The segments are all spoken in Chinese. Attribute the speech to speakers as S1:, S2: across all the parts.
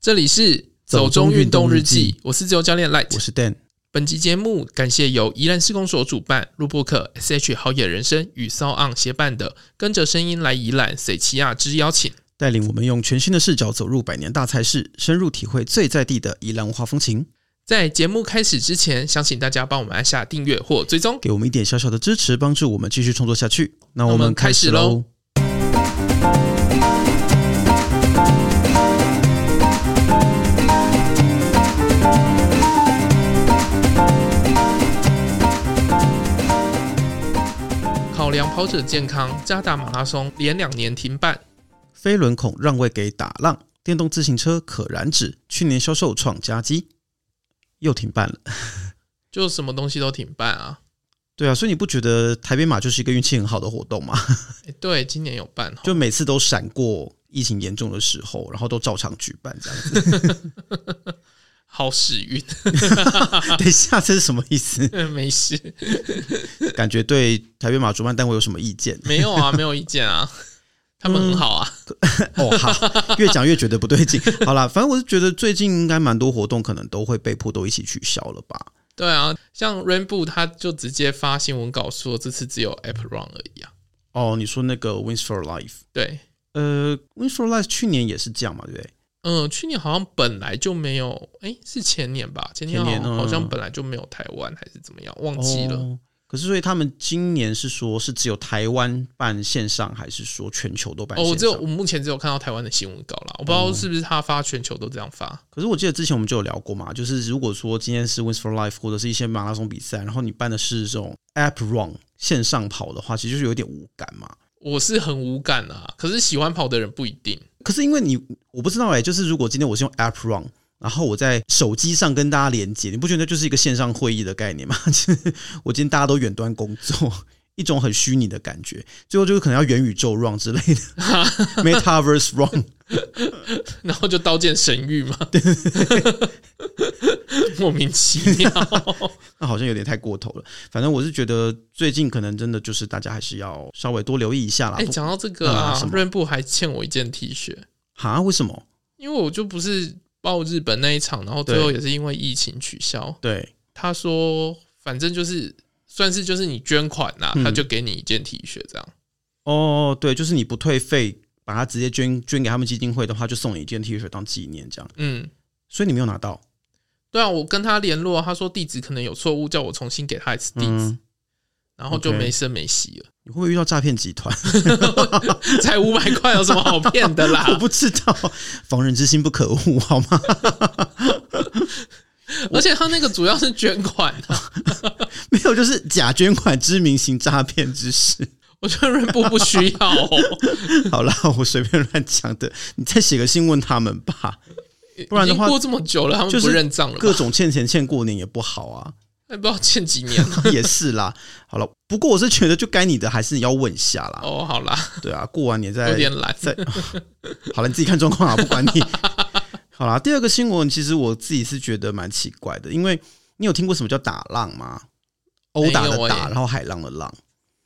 S1: 这里是走中运动日记，我是自由教练 Light，
S2: 我是 Dan。
S1: 本集节目感谢由宜兰施工所主办、录播课 SH 好野人生与骚昂协办的“跟着声音来宜兰 C 奇亚”之邀请。
S2: 带领我们用全新的视角走入百年大菜市，深入体会最在地的宜兰文化风情。
S1: 在节目开始之前，想请大家帮我们按下订阅或追踪。
S2: 给我们一点小小的支持，帮助我们继续创作下去。那
S1: 我
S2: 我
S1: 们
S2: 们
S1: 开
S2: 开
S1: 始
S2: 始
S1: 喽
S2: 喽。
S1: 考量跑者健康，加大马拉松连两年停办。
S2: 飞轮孔让位给打浪，电动自行车可燃脂，去年销售创佳绩，又停办了。
S1: 就什么东西都停办啊！
S2: 对啊，所以你不觉得台北马就是一个运气很好的活动吗？
S1: 诶哎对，今年有办哦，
S2: 就每次都闪过疫情严重的时候，然后都照常举办这 样子。
S1: 好屎运，
S2: 等一下，这是什么意思？
S1: 没事，
S2: 感觉对台北马主办单位有什么意见？
S1: 没有啊，没有意见啊，他们很好啊。
S2: 哦，好，越讲越觉得不对劲。 好啦，反正我是觉得最近应该蛮多活动可能都会被迫都一起取消了吧。
S1: 对啊，像 Rainbow 他就直接发新闻稿说这次只有 App Run 而已啊。
S2: 哦，你说那个 Wins for Life，
S1: 对，
S2: 呃，Wins for Life 去年也是这样嘛，对不对？
S1: 嗯，去年好像本来就没有，哎，是前年吧？前年好
S2: 前
S1: 像
S2: 年嗯
S1: 好像本来就没有台湾还是怎么样，忘记了。
S2: 哦可是，所以他们今年是说是只有台湾办线上，还是说全球都办
S1: 哦，
S2: 线
S1: 我只有
S2: 上？哦
S1: 我目前只有看到台湾的新闻稿啦，我不知道是不是他发全球都这样发。
S2: 可是我记得之前我们就有聊过嘛，就是如果说今天是 Wins for Life 或者是一些马拉松比赛，然后你办的是这种 App Run 线上跑的话，其实就是有点无感嘛。
S1: 我是很无感啊，可是喜欢跑的人不一定。
S2: 可是因为你，我不知道哎、就是如果今天我是用 App Run，然后我在手机上跟大家连接，你不觉得就是一个线上会议的概念吗？ 就是我今天大家都远端工作，一种很虚拟的感觉，最后就是可能要元宇宙 Run 之 类的，Metaverse Run。
S1: 然后就刀剑神域嘛， 莫名其妙。
S2: 那好像有点太过头了。反正我是觉得最近可能真的就是大家还是要稍微多留意一下啦。
S1: 哎、
S2: 不
S1: 讲到这个啊
S2: 嗯什，么
S1: 润布还欠我一件 T 恤，
S2: 哈，为什么？
S1: 因为我就不是报日本那一场，然后最
S2: 对
S1: 后也是因为疫情取消。
S2: 对，
S1: 他说，反正就是算是就是你捐款啦、
S2: 嗯
S1: 他就给你一件 T 恤这样。
S2: 哦，对，就是你不退费，把它直接捐捐给他们基金会的话，就送你一件 T 恤当纪念，这样。
S1: 嗯，
S2: 所以你没有拿到
S1: 对啊，我跟他联络，他说地址可能有错误，叫我重新给他一次地址，
S2: 嗯，
S1: 然后就
S2: OK
S1: 没声没息了。
S2: 你会不会遇到诈骗集团？
S1: 才五百块有什么好骗的啦？
S2: 我不知道，防人之心不可无，好吗？
S1: 而且他那个主要是捐款、啊，
S2: 没有，就是假捐款之名行诈骗之事。
S1: 我觉得润布不需要哦。
S2: 好啦，我随便乱讲的，你再写个信问他们吧， 不然
S1: 已
S2: 的
S1: 经
S2: 话
S1: 过这么久了，他们
S2: 就
S1: 不
S2: 是
S1: 认账了吧，
S2: 各种欠钱欠过年也不好啊。
S1: 还不知道欠几年。
S2: 也是啦，好了，不过我是觉得就该你的还是你要问一下啦，
S1: 哦，好啦，
S2: 对啊，过完年再
S1: 有点懒。
S2: 在好了，你自己看状况啊，不管你。 好啦，第二个新闻其实我自己是觉得蛮奇怪的，因为你有听过什么叫打浪吗？
S1: 没有
S2: 殴打的打，
S1: 欸
S2: 然后海浪的浪。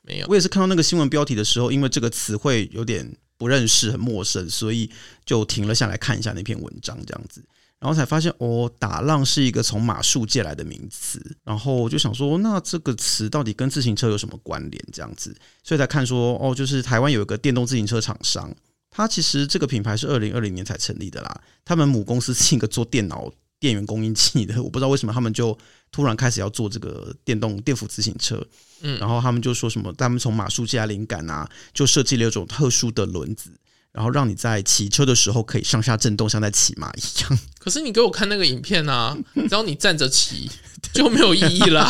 S1: 没有，
S2: 我也是看到那个新闻标题的时候，因为这个词汇有点不认识、很陌生，所以就停了下来看一下那篇文章这样子。然后才发现哦，打浪是一个从马术借来的名词。然后我就想说，哦那这个词到底跟自行车有什么关联？这样子，所以才看说哦，就是台湾有一个电动自行车厂商，它其实这个品牌是二零二零年才成立的啦。他们母公司是一个做电脑电源供应器的，我不知道为什么他们就突然开始要做这个电动电辅自行车。
S1: 嗯
S2: 然后他们就说什么，他们从马术界啊灵感啊，就设计了一种特殊的轮子，然后让你在骑车的时候可以上下震动，像在骑马一样。
S1: 可是你给我看那个影片啊， 只要你站着骑就没有意义啦。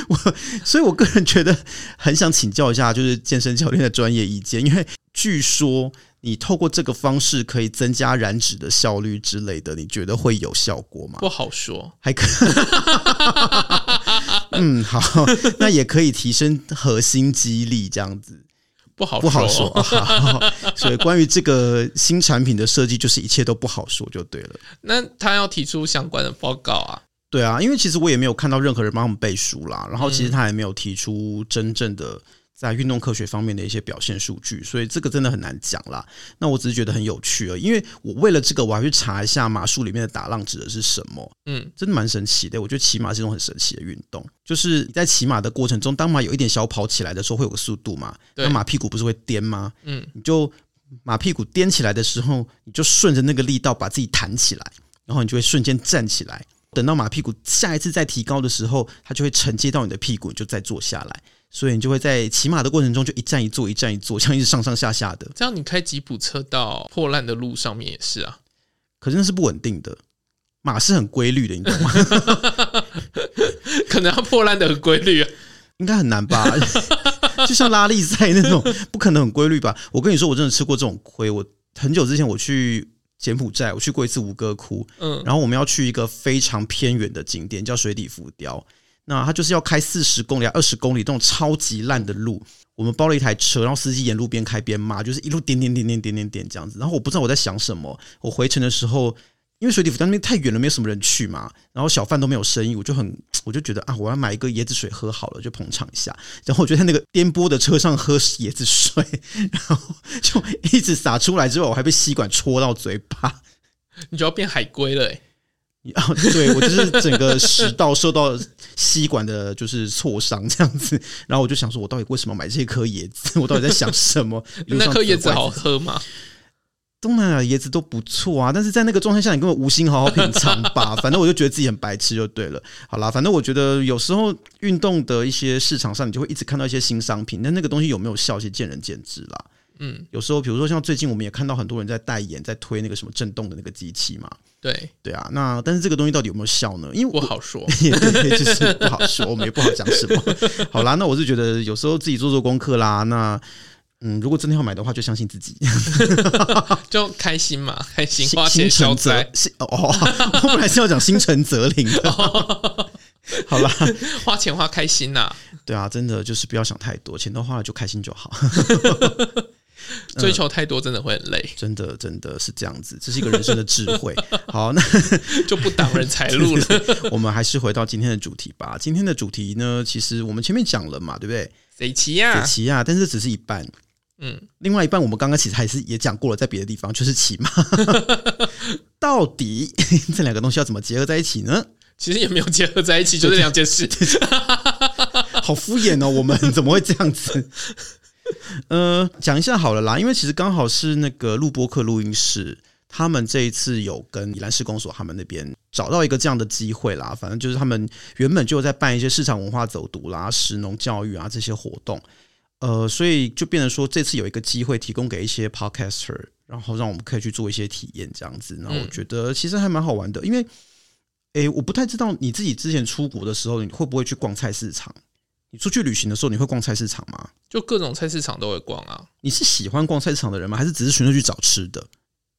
S2: 所以我个人觉得很想请教一下，就是健身教练的专业意见，因为据说你透过这个方式可以增加燃脂的效率之类的，你觉得会有效果吗？
S1: 不好说，
S2: 还可，嗯，好，那也可以提升核心肌力，这样子
S1: 不好
S2: 不好说、 好所以关于这个新产品的设计，就是一切都不好说，就对了。
S1: 那他要提出相关的报告啊。
S2: 对啊，因为其实我也没有看到任何人帮他们背书啦，然后其实他也没有提出真正的在运动科学方面的一些表现数据，所以这个真的很难讲啦。那我只是觉得很有趣而已，因为我为了这个我还去查一下马术里面的打浪指的是什么，
S1: 嗯，
S2: 真的蛮神奇的。我觉得骑马是一种很神奇的运动，就是你在骑马的过程中，当马有一点小跑起来的时候，会有个速度嘛，
S1: 对
S2: 那马屁股不是会颠吗？
S1: 嗯，
S2: 你就马屁股颠起来的时候，你就顺着那个力道把自己弹起来，然后你就会瞬间站起来。等到马屁股下一次再提高的时候，它就会承接到你的屁股，你就再坐下来。所以你就会在骑马的过程中就一站一坐，一站一坐，这样一直上上下下的。
S1: 这样你开吉普车到破烂的路上面也是啊，
S2: 可是那是不稳定的，马是很规律的，你懂吗？
S1: 可能它破烂的很规律啊。
S2: 应该很难吧？ 就像拉力赛那种，不可能很规律吧？我跟你说，我真的吃过这种亏。我很久之前我去柬埔寨，我去过一次吴哥窟，
S1: 嗯
S2: 然后我们要去一个非常偏远的景点，叫水底浮雕。那它就是要开四十公里、二十公里这种超级烂的路。我们包了一台车，然后司机沿路边开边骂，就是一路点点点点点点点这样子。然后我不知道我在想什么。我回程的时候，因为水底浮雕那边太远了，没有什么人去嘛，然后小贩都没有生意，我就很我就觉得啊，我要买一个椰子水喝好了，就捧场一下。然后我就在那个颠簸的车上喝椰子水， 然后就一直洒出来之后，我还被吸管戳到嘴巴。
S1: 你就要变海龟了、欸，
S2: 啊，对我就是整个食道受到吸管的，就是挫伤这样子。然后我就想说，我到底为什么买这颗椰子？我 到底在想什么？一路
S1: 那
S2: 上
S1: 颗椰
S2: 责
S1: 子
S2: 怪
S1: 好
S2: 自己，
S1: 喝吗？
S2: 东南亚啊椰子都不错啊，但是在那个状态下，你根本无心好好品尝吧。反正我就觉得自己很白痴就对了。好啦，反正我觉得有时候运动的一些市场上，你就会一直看到一些新商品，但那个东西有没有效，其实见仁见智啦。
S1: 嗯，
S2: 有时候，比如说像最近我们也看到很多人在代言，在推那个什么震动的那个机器嘛，
S1: 对，
S2: 对啊。那但是这个东西到底有没有效呢？因为
S1: 不好说。
S2: 也对，就是不好说，我们也不好讲什么。好啦，那我是觉得有时候自己做做功课啦。那嗯，如果真的要买的话，就相信自己，
S1: 就开心嘛，开心
S2: 心
S1: 花钱
S2: 心
S1: 消
S2: 诚则
S1: 灾，
S2: 心哦，哦 我本来是要讲心诚则灵 的。好啦，
S1: 花钱花开心呐、
S2: 对啊，真的就是不要想太多，钱都花了就开心就好。 嗯
S1: 追求太多真的会很累，
S2: 真的，真的是这样子，这是一个人生的智慧。好，那
S1: 就不挡人财 路 了。
S2: 我们还是回到今天的主题吧。今天的主题呢，其实我们前面讲了嘛，对不对？
S1: 谁奇呀
S2: 解？骑啊，但是这只是一半。
S1: 嗯，
S2: 另外一半我们刚刚其实还是也讲过了，在别的地方就是 骑马，到底 这两个东西要怎么结合在一起呢？
S1: 其实也没有结合在一起，就是两件事。
S2: 好敷衍哦，我们怎么会这样子？呃，讲一下好了啦，因为其实刚好是那个录播课录音室，他们这一次有跟宜兰市公所他们那边找到一个这样的机会啦。反正就是他们原本就有在办一些市场文化走读啦、食农教育啊这些活动，呃，所以就变成说这次有一个机会提供给一些 podcaster，然后让我们可以去做一些体验这样子。然后我
S1: 嗯
S2: 觉得其实还蛮好玩的，因为诶、我不太知道你自己之前出国的时候，你会不会去逛菜市场？你出去旅行的时候，你会逛菜市场吗？
S1: 就各种菜市场都会逛啊，
S2: 你是喜欢逛菜市场的人吗？还是只是纯粹去找吃的？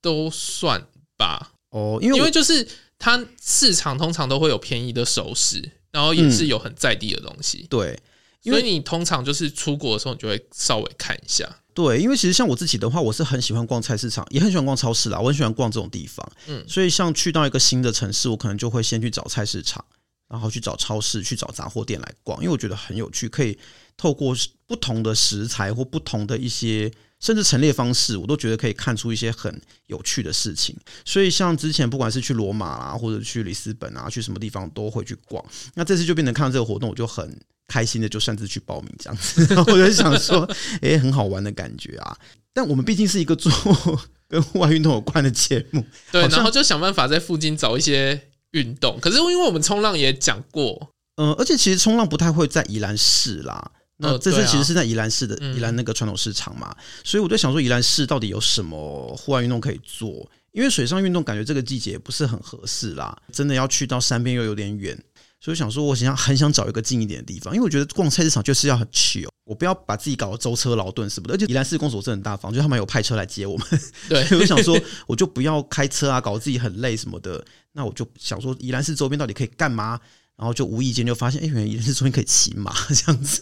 S1: 都算吧。
S2: 哦，因为
S1: 因
S2: 我
S1: 为就是它市场通常都会有便宜的熟食，然后也是有很在地的东西，
S2: 对嗯因
S1: 所
S2: 为
S1: 以你通常就是出国的时候，你就会稍微看一下。
S2: 对，因为其实像我自己的话，我是很喜欢逛菜市场，也很喜欢逛超市啦，我很喜欢逛这种地方。
S1: 嗯
S2: 所以像去到一个新的城市，我可能就会先去找菜市场，然后去找超市、去找杂货店来逛，因为我觉得很有趣，可以透过不同的食材或不同的一些甚至陈列方式，我都觉得可以看出一些很有趣的事情。所以像之前不管是去罗马啦，或者去里斯本啊，去什么地方都会去逛。那这次就变成看到这个活动，我就很。开心的就擅自去报名这样子， 然后我就想说，诶、很好玩的感觉啊！但我们毕竟是一个做 跟户外运动有关的节目，
S1: 对，
S2: 好像
S1: 然后就想办法在附近找一些运动。可是因为我们冲浪也讲过，
S2: 嗯，而且其实冲浪不太会在宜兰市啦。那
S1: 呃
S2: 这次
S1: 对啊
S2: 其实是在宜兰市的、
S1: 嗯
S2: 宜兰那个传统市场嘛，所以我就想说宜兰市到底有什么户外运动可以做？因为水上运动感觉这个季节不是很合适啦，真的要去到山边又有点远，所以我想说我想很想找一个近一点的地方，因为我觉得逛菜市场就是要很 chill，我不要把自己搞得舟车劳顿什么的。而且宜兰市公所真的很大方，就是他们有派车来接我们，
S1: 对，
S2: 所以我想说，我就不要开车啊，搞得自己很累什么的。那我就想说，宜兰市周边到底可以干嘛？然后就无意间就发现，哎、原来宜兰市周边可以骑马 这样子。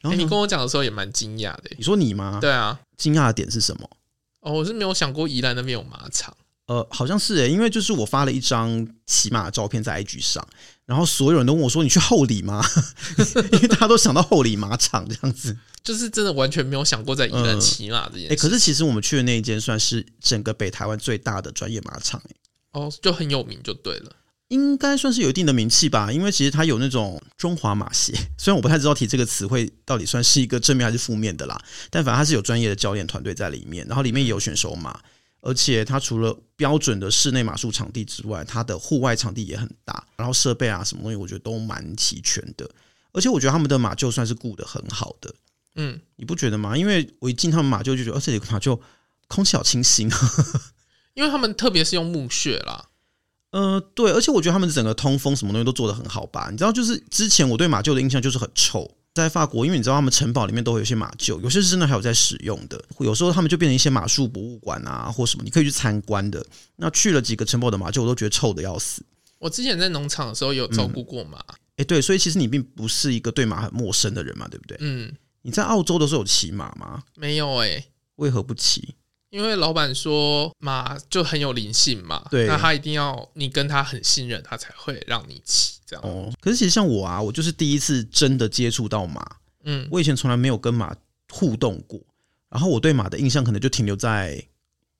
S2: 然
S1: 欸
S2: 后
S1: 你
S2: 呢、嗯
S1: 跟我讲的时候也蛮惊讶的欸、
S2: 你说你吗？
S1: 对啊，
S2: 惊讶的点是什么？
S1: 哦，我是没有想过宜兰那边有马场，
S2: 呃，好像是诶、因为就是我发了一张骑马的照片在 IG 上，然后所有人都问我说：“你去后里吗？” 因为大家都想到后里马场这 样子。
S1: 就是真的完全没有想过在宜兰
S2: 嗯
S1: 骑马这件事。
S2: 哎、可是其实我们去的那一间算是整个北台湾最大的专业马场、诶
S1: 哦，就很有名就对了。
S2: 应该算是有一定的名气吧，因为其实它有那种中华马协， 虽然我不太知道提这个词汇到底算是一个正面还是负面的啦，但反正它是有专业的教练团队在里面，然后里面也有选手马，而且它除了标准的室内马术场地之外，它的户外场地也很大，然后设备啊什么东西，我觉得都蛮齐全的，而且我觉得他们的马厩算是顾得很好的，
S1: 嗯，
S2: 你不觉得吗？因为我一进他们马厩就觉得，哦，这里的马厩空气好清新啊。
S1: 因为他们特别是用木屑啦，
S2: 呃，对，而且我觉得他们整个通风什么东西都做得很好吧？你知道，就是之前我对马厩的印象就是很臭，在法国，因为你知道他们城堡里面都会有一些马厩，有些是真的还有在使用的，有时候他们就变成一些马术博物馆啊或什么，你可以去参观的。那去了几个城堡的马厩，我都觉得臭的要死。
S1: 我之前在农场的时候有照顾过马，
S2: 哎，对，所以其实你并不是一个对马很陌生的人嘛，对不对？
S1: 嗯，
S2: 你在澳洲的时候有骑马吗？
S1: 没有诶、
S2: 为何不骑？
S1: 因为老板说马就很有灵性嘛，
S2: 对
S1: 那他一定要你跟他很信任，他才会让你骑这样。
S2: 哦，可是其实像我啊，我就是第一次真的接触到马，
S1: 嗯，
S2: 我以前从来没有跟马互动过，然后我对马的印象可能就停留在《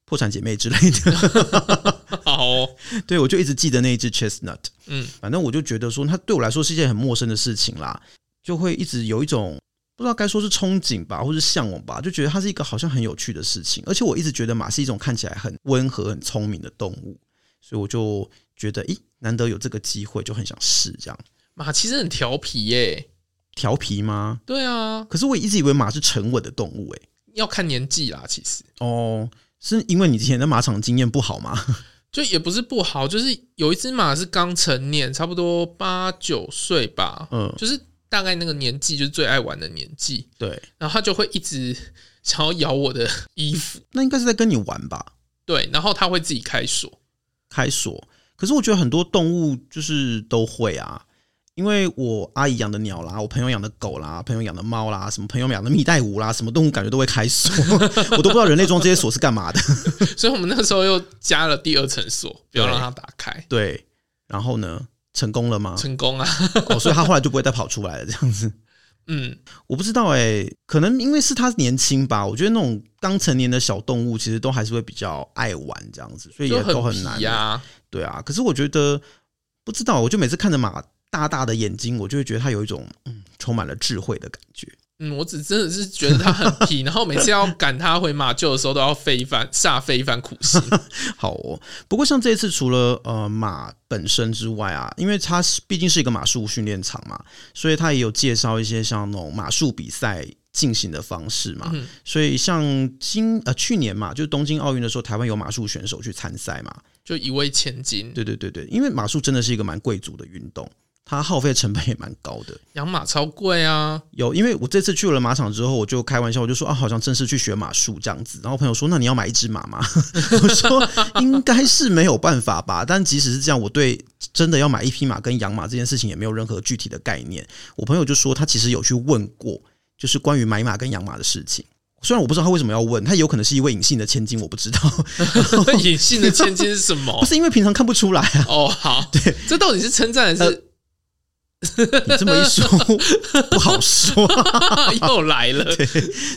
S2: 破产姐妹》之类的。
S1: 好、哦，
S2: 对，我就一直记得那一只 chestnut。
S1: 嗯，
S2: 反正我就觉得说，它对我来说是一件很陌生的事情啦，就会一直有一种不知道该说是憧憬吧，或是向往吧，就觉得它是一个好像很有趣的事情。而且我一直觉得马是一种看起来很温和、很聪明的动物，所以我就觉得，咦，难得有这个机会，就很想试这样。
S1: 马其实很调皮耶、
S2: 调皮吗？
S1: 对啊，
S2: 可是我一直以为马是沉稳的动物、欸，
S1: 要看年纪啦，其实
S2: 哦，是因为你之前的马场经验不好吗？
S1: 就也不是不好，就是有一只马是刚成年，差不多八九岁吧，
S2: 嗯，
S1: 就是大概那个年纪就是最爱玩的年纪，
S2: 对，
S1: 然后它就会一直想要咬我的衣服，
S2: 那应该是在跟你玩吧，
S1: 对，然后它会自己开锁。
S2: 开锁。可是我觉得很多动物就是都会啊，因为我阿姨养的鸟啦，我朋友养的狗啦，朋友养的猫啦，什么朋友养的蜜袋鼯啦，什么动物感觉都会开锁， 我都不知道人类装这些锁是干嘛的。
S1: 所以我们那时候又加了第二层锁，不要让它打开，
S2: 对，然后呢，成功了吗？
S1: 成功啊！
S2: 哦，所以它后来就不会再跑出来了，这样子。
S1: 嗯，
S2: 我不知道哎、可能因为是他年轻吧，我觉得那种刚成年的小动物其实都还是会比较爱玩这样子，所以
S1: 就
S2: 也都
S1: 皮
S2: 难
S1: 呀、
S2: 对啊，可是我觉得不知道，我就每次看着马大大的眼睛，我就会觉得它有一种嗯充满了智慧的感觉。
S1: 嗯，我只真的是觉得它很 皮，然后每次要赶它回马厩的时候，都要费一番煞费一番苦 心。
S2: 好哦，不过像这一次除了呃马本身之外啊，因为它是毕竟是一个马术训练场嘛，所以它也有介绍一些像那种马术比赛进行的方式嘛。
S1: 嗯
S2: 所以像今呃去年嘛，就是东京奥运的时候，台湾有马术选手去参赛嘛。
S1: 就一位千金，
S2: 对对对对，因为马术真的是一个蛮贵族的运动，它耗费成本也蛮高的。
S1: 养马超贵 啊，
S2: 有，因为我这次去了马场之后，我就开玩笑，我就说啊，好像正式去学马术这样子。然后朋友说，那你要买一只马吗？ 我说应该是没有办法吧。但即使是这样，我对真的要买一匹马跟养马这件事情也没有任何具体的概念。我朋友就说，他其实有去问过，就是关于买马跟养马的事情。虽然我不知道他为什么要问，他有可能是一位隐性的千金，我不知道，哦
S1: 隐性的千金是什么
S2: 不？是因为平常看不出来啊。
S1: 哦，好，对，这到底是称赞还是、
S2: 你这么一说，不好说。呃
S1: 又来了？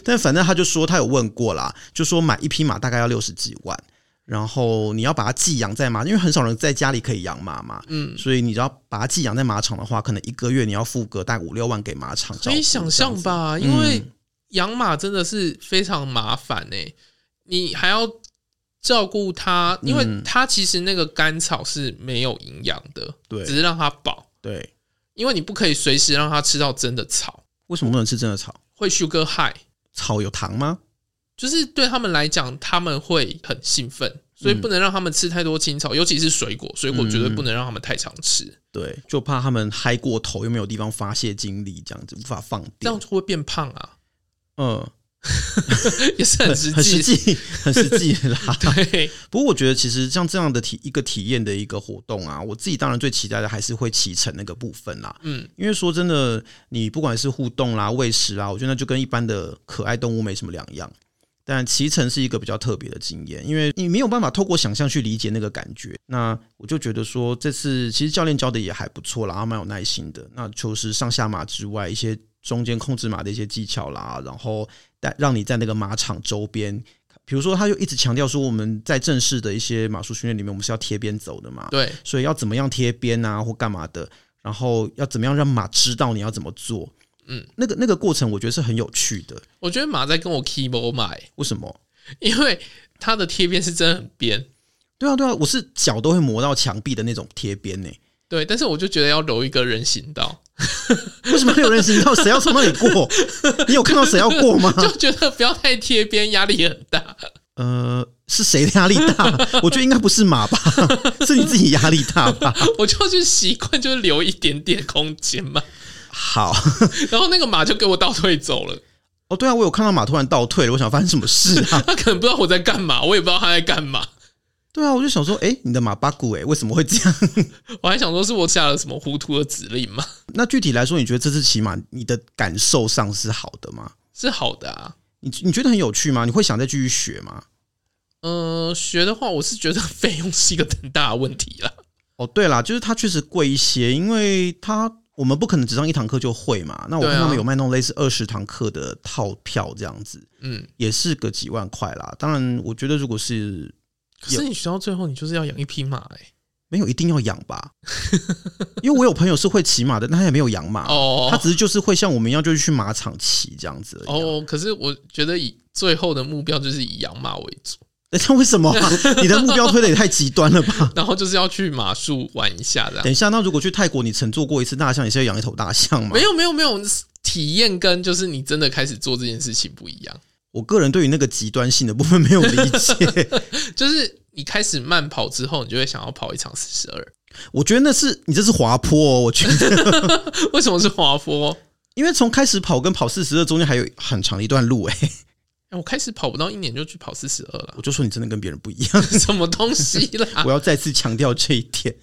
S2: 但反正他就说他有问过啦，就说买一匹马大概要六十几万，然后你要把它寄养在马，因为很少人在家里可以养马嘛，
S1: 嗯，
S2: 所以你只要把它寄养在马场的话，可能一个月你要付个大概五六万给马场。
S1: 可以想象？吧，
S2: 样子嗯
S1: 因为养马真的是非常麻烦呢、你还要照顾它，因为
S2: 嗯
S1: 它其实那个干草是没有营养的，
S2: 对
S1: 只是让它饱，
S2: 对，
S1: 因为你不可以随时让它吃到真的草，
S2: 为什么不能吃真的草？
S1: 会 sugar high，
S2: 草有糖吗？
S1: 就是对他们来讲，他们会很兴
S2: 嗯
S1: 奋，所以不能让他们吃太多青草，尤其是水果，水果绝对不能让他们太常吃，
S2: 嗯对，就怕他们嗨过头，又没有地方发泄精力，这样子无法放
S1: 这样
S2: 电。
S1: 就会变胖啊，
S2: 嗯，
S1: 也是很实
S2: 很实
S1: 际。
S2: 际，很实际啦。
S1: 对，
S2: 不过我觉得其实像这样的体一个体验的一个活动啊，我自己当然最期待的还是会骑乘那个部分啦。
S1: 嗯，
S2: 因为说真啊的，你不管是互动啦、喂食啦，我觉得那就跟一般的可爱动物没什么两样。但骑乘是一个比较特别的经验，因为你没有办法透过想象去理解那个感觉。那我就觉得说，这次其实教练教的也还不错啦，他蛮有耐心的。那就是上下马之外，一些中间控制马的一些技巧啦，然后带让你在那个马场周边，比如说他就一直强调说，我们在正式的一些马术训练里面，我们是要贴边走的嘛，
S1: 对，
S2: 所以要怎么样贴边啊，或干嘛的，然后要怎么样让马知道你要怎么做。
S1: 嗯，
S2: 那个那个过程我觉得是很有趣的。
S1: 我觉得马在跟我 keybo 买，
S2: 为什么？
S1: 因为它的贴边是真的很边，
S2: 对啊，对啊，我是脚都会磨到墙壁的那种贴边呢。
S1: 对，但是我就觉得要留一个人行道，
S2: 为什么没有人行道？谁要从那里过？你有看到谁要过吗？
S1: 就觉得不要太贴边，压力很大。
S2: 呃，是谁的压力大？我觉得应该不是马吧， 是你自己压力大吧。
S1: 我就是习惯就是留一点点空间嘛，
S2: 好，
S1: 然后那个马就给我倒退走了，
S2: 哦，对啊，我有看到马突然倒退了，我想发生什么事啊？
S1: 他可能不知道我在干嘛，我也不知道他在干嘛，
S2: 对啊，我就想说，诶，你的马巴古诶，为什么会这样？
S1: 我还想说是我下了什么糊涂的指令嘛，
S2: 那具体来说，你觉得这次骑马你的感受上是好的吗？
S1: 是好的啊。
S2: 你你觉得很有趣吗？你会想再继续学吗？
S1: 嗯，学的话，我是觉得 费用是一个很大的问题啦。
S2: 哦，对啦，就是它确实贵一些，因为它我们不可能只上一堂课就会嘛。那我
S1: 对啊
S2: 看他们有卖那种类似二十堂课的套票这样子，
S1: 嗯，
S2: 也是个几万块啦。当然，我觉得如果是
S1: 可是你学到最后，你就是要养一匹马哎、
S2: 没有一定要养 吧，因为我有朋友是会骑马的，但他也没有养马，他
S1: 哦
S2: 只是就是会像我们一样，就是去马场骑这样子而已啊。
S1: 哦，可是我觉得以最后的目标就是以养马为主，
S2: 诶 那为什么 啊、你的目标推的也太极端了吧？
S1: 然后就是要去马术玩一下这样。
S2: 等一下，那如果去泰国你乘坐过一次大象，你是要养一头大象吗
S1: 没？有没有没有，体验跟就是你真的开始做这件事情不一样，
S2: 我个人对于那个极端性的部分没有理 解。
S1: 就是你开始慢跑之后，你就会想要跑一场四十二。
S2: 我觉得那是你这是滑坡、哦，我觉得，
S1: 为什么是哦滑坡？
S2: 因为从开始跑跟跑四十二中间还有很长一段路哎、
S1: 哎我开始跑不到一年就去跑四十二了，
S2: 我就说你真的跟别人不一样，
S1: 什么东西啦？
S2: 我要再次强调这一点。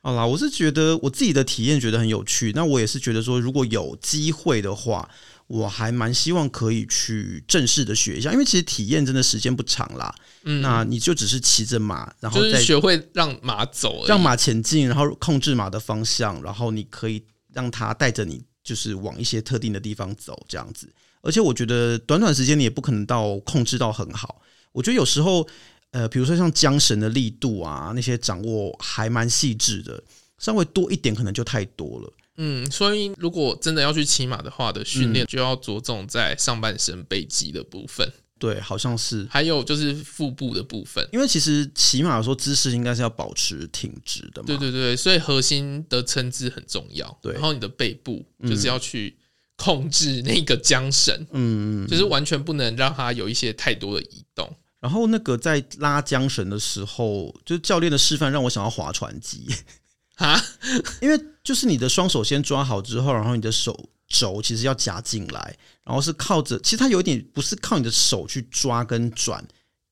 S2: 好啦，我是觉得我自己的体验觉得很有趣，那我也是觉得说，如果有机会的话，我还蛮希望可以去正式的学一下，因为其实体验真的时间不长啦。
S1: 嗯
S2: 那你就只是骑着马， 然后
S1: 就
S2: 再
S1: 是学会让马走而已，
S2: 让马前进，然后控制马的方向，然后你可以让它带着你，就是往一些特定的地方走这样子。而且我觉得短短时间你也不可能到控制到很好。我觉得有时候，呃，比如说像缰绳的力度啊，那些掌握还蛮细致的，稍微多一点可能就太多了。
S1: 嗯，所以如果真的要去骑马的话的训
S2: 嗯
S1: 练，就要着重在上半身背肌的部分，
S2: 对，好像是。
S1: 还有就是腹部的部分。
S2: 因为其实骑马的时候姿势应该是要保持挺直的嘛，
S1: 对对对，所以核心的撑支很重要。
S2: 对
S1: 然后你的背部就是要去控制那个缰绳，
S2: 嗯，嗯嗯
S1: 就是完全不能让它有一些太多的移动。
S2: 然后那个在拉缰绳的时候，就是教练的示范让我想要划船机，
S1: 啊，
S2: 因为就是你的双手先抓好之后，然后你的手肘其实要夹进来，然后是靠着，其实它有一点不是靠你的手去抓跟转，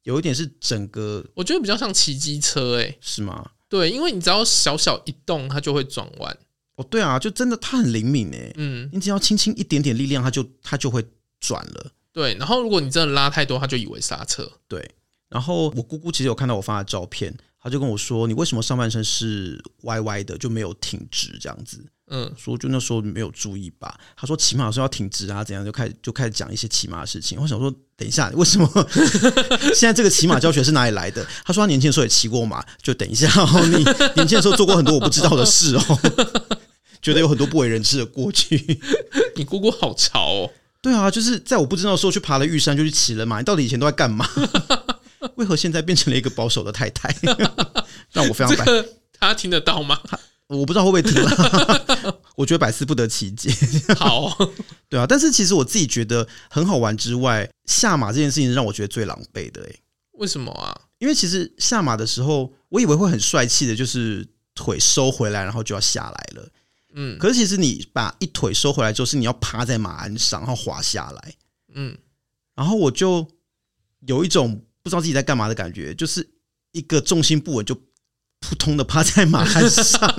S2: 有一点是整个
S1: 我觉得比较像骑机车诶、欸
S2: 是吗？
S1: 对，因为你只要小小一动，它就会转弯。
S2: 哦，对啊，就真的它很灵敏诶，
S1: 嗯，
S2: 你只要轻轻一点点力量，它就它就会转了。
S1: 对。然后如果你真的拉太多，它就以为刹车。
S2: 对，然后我姑姑其实有看到我发的照片，她就跟我说：“你为什么上半身是歪歪的，就没有挺直这样子？”
S1: 嗯，
S2: 说就那时候没有注意吧。他说骑马的时候要挺直啊，怎样就开始就开始讲一些骑马的事情。我想说，等一下，为什么 现在这个骑马教学是哪里来的？他说他年轻的时候也骑过马，就等一下哦，你年轻的时候做过很多我不知道的事哦， 觉得有很多不为人知的过去。
S1: 你姑姑好潮哦。
S2: 对啊，就是在我不知道的时候去爬了玉山，就去骑了马。你到底以前都在干嘛？ 为何现在变成了一个保守的太 太？让我非常
S1: 这
S2: 百，
S1: 个他听得到吗？
S2: 我不知道会不会听了， 我觉得百思不得其解。
S1: 好，哦
S2: 对啊，但是其实我自己觉得很好玩之外，下马这件事情是让我觉得最狼狈的、欸、
S1: 为什么啊？
S2: 因为其实下马的时候，我以为会很帅气的，就是腿收回来，然后就要下来了。
S1: 嗯
S2: 可是其实你把一腿收回来之后，是你要趴在马鞍上，然后滑下来，
S1: 嗯，
S2: 然后我就有一种不知道自己在干嘛的感觉，就是一个重心不稳就扑通的趴在马鞍上，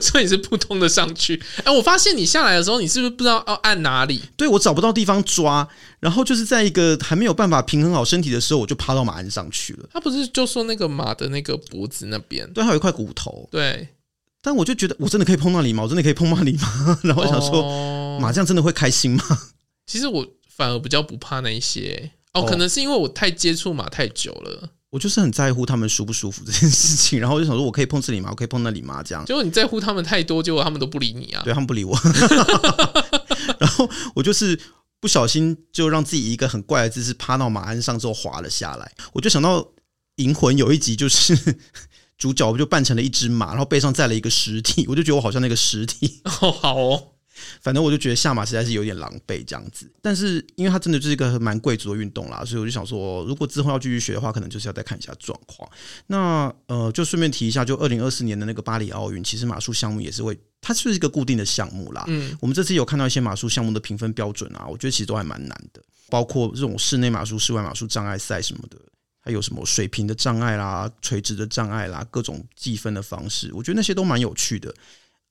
S1: 所以你是扑通的上去。哎、我发现你下来的时候，你是不是不知道要按哪里？
S2: 对我找不到地方抓，然后就是在一个还没有办法平衡好身体的时候，我就趴到马鞍上去了。
S1: 他不是就说那个马的那个脖子那边？
S2: 对，还有一块骨头，
S1: 对，
S2: 但我就觉得我真的可以碰到你吗？我真的可以碰到你吗？ 然后我想
S1: 哦
S2: 说，
S1: 说
S2: 马这样真的会开心吗？
S1: 其实我反而比较不怕那一些哦，
S2: 哦
S1: 可能是因为我太接触马太久了。
S2: 我就是很在乎他们舒不舒服这件事情，然后我就想说，我可以碰这里吗？我可以碰那里吗？这样，
S1: 结果你在乎他们太多，结果他们都不理你啊。
S2: 对他们不理我， 然后我就是不小心就让自己以一个很怪的姿势趴到马鞍上之后滑了下来，我就想到《银魂》有一集就是 主角不就扮成了一只马，然后背上载了一个尸体，我就觉得我好像那个尸体，
S1: 哦，好哦，
S2: 反正我就觉得下马实在是有点狼狈这样子。但是因为它真的就是一个蛮贵族的运动啦，所以我就想说，如果之后要继续学的话，可能就是要再看一下状况。那呃，就顺便提一下，就二零二四年的那个巴黎奥运，其实马术项目也是会，它是一个固定的项目啦。
S1: 嗯，
S2: 我们这次有看到一些马术项目的评分标准啊，我觉得其实都还蛮难的，包括这种室内马术、室外马术障碍赛什么的，还有什么水平的障碍啦、垂直的障碍啦，各种计分的方式，我觉得那些都蛮有趣的。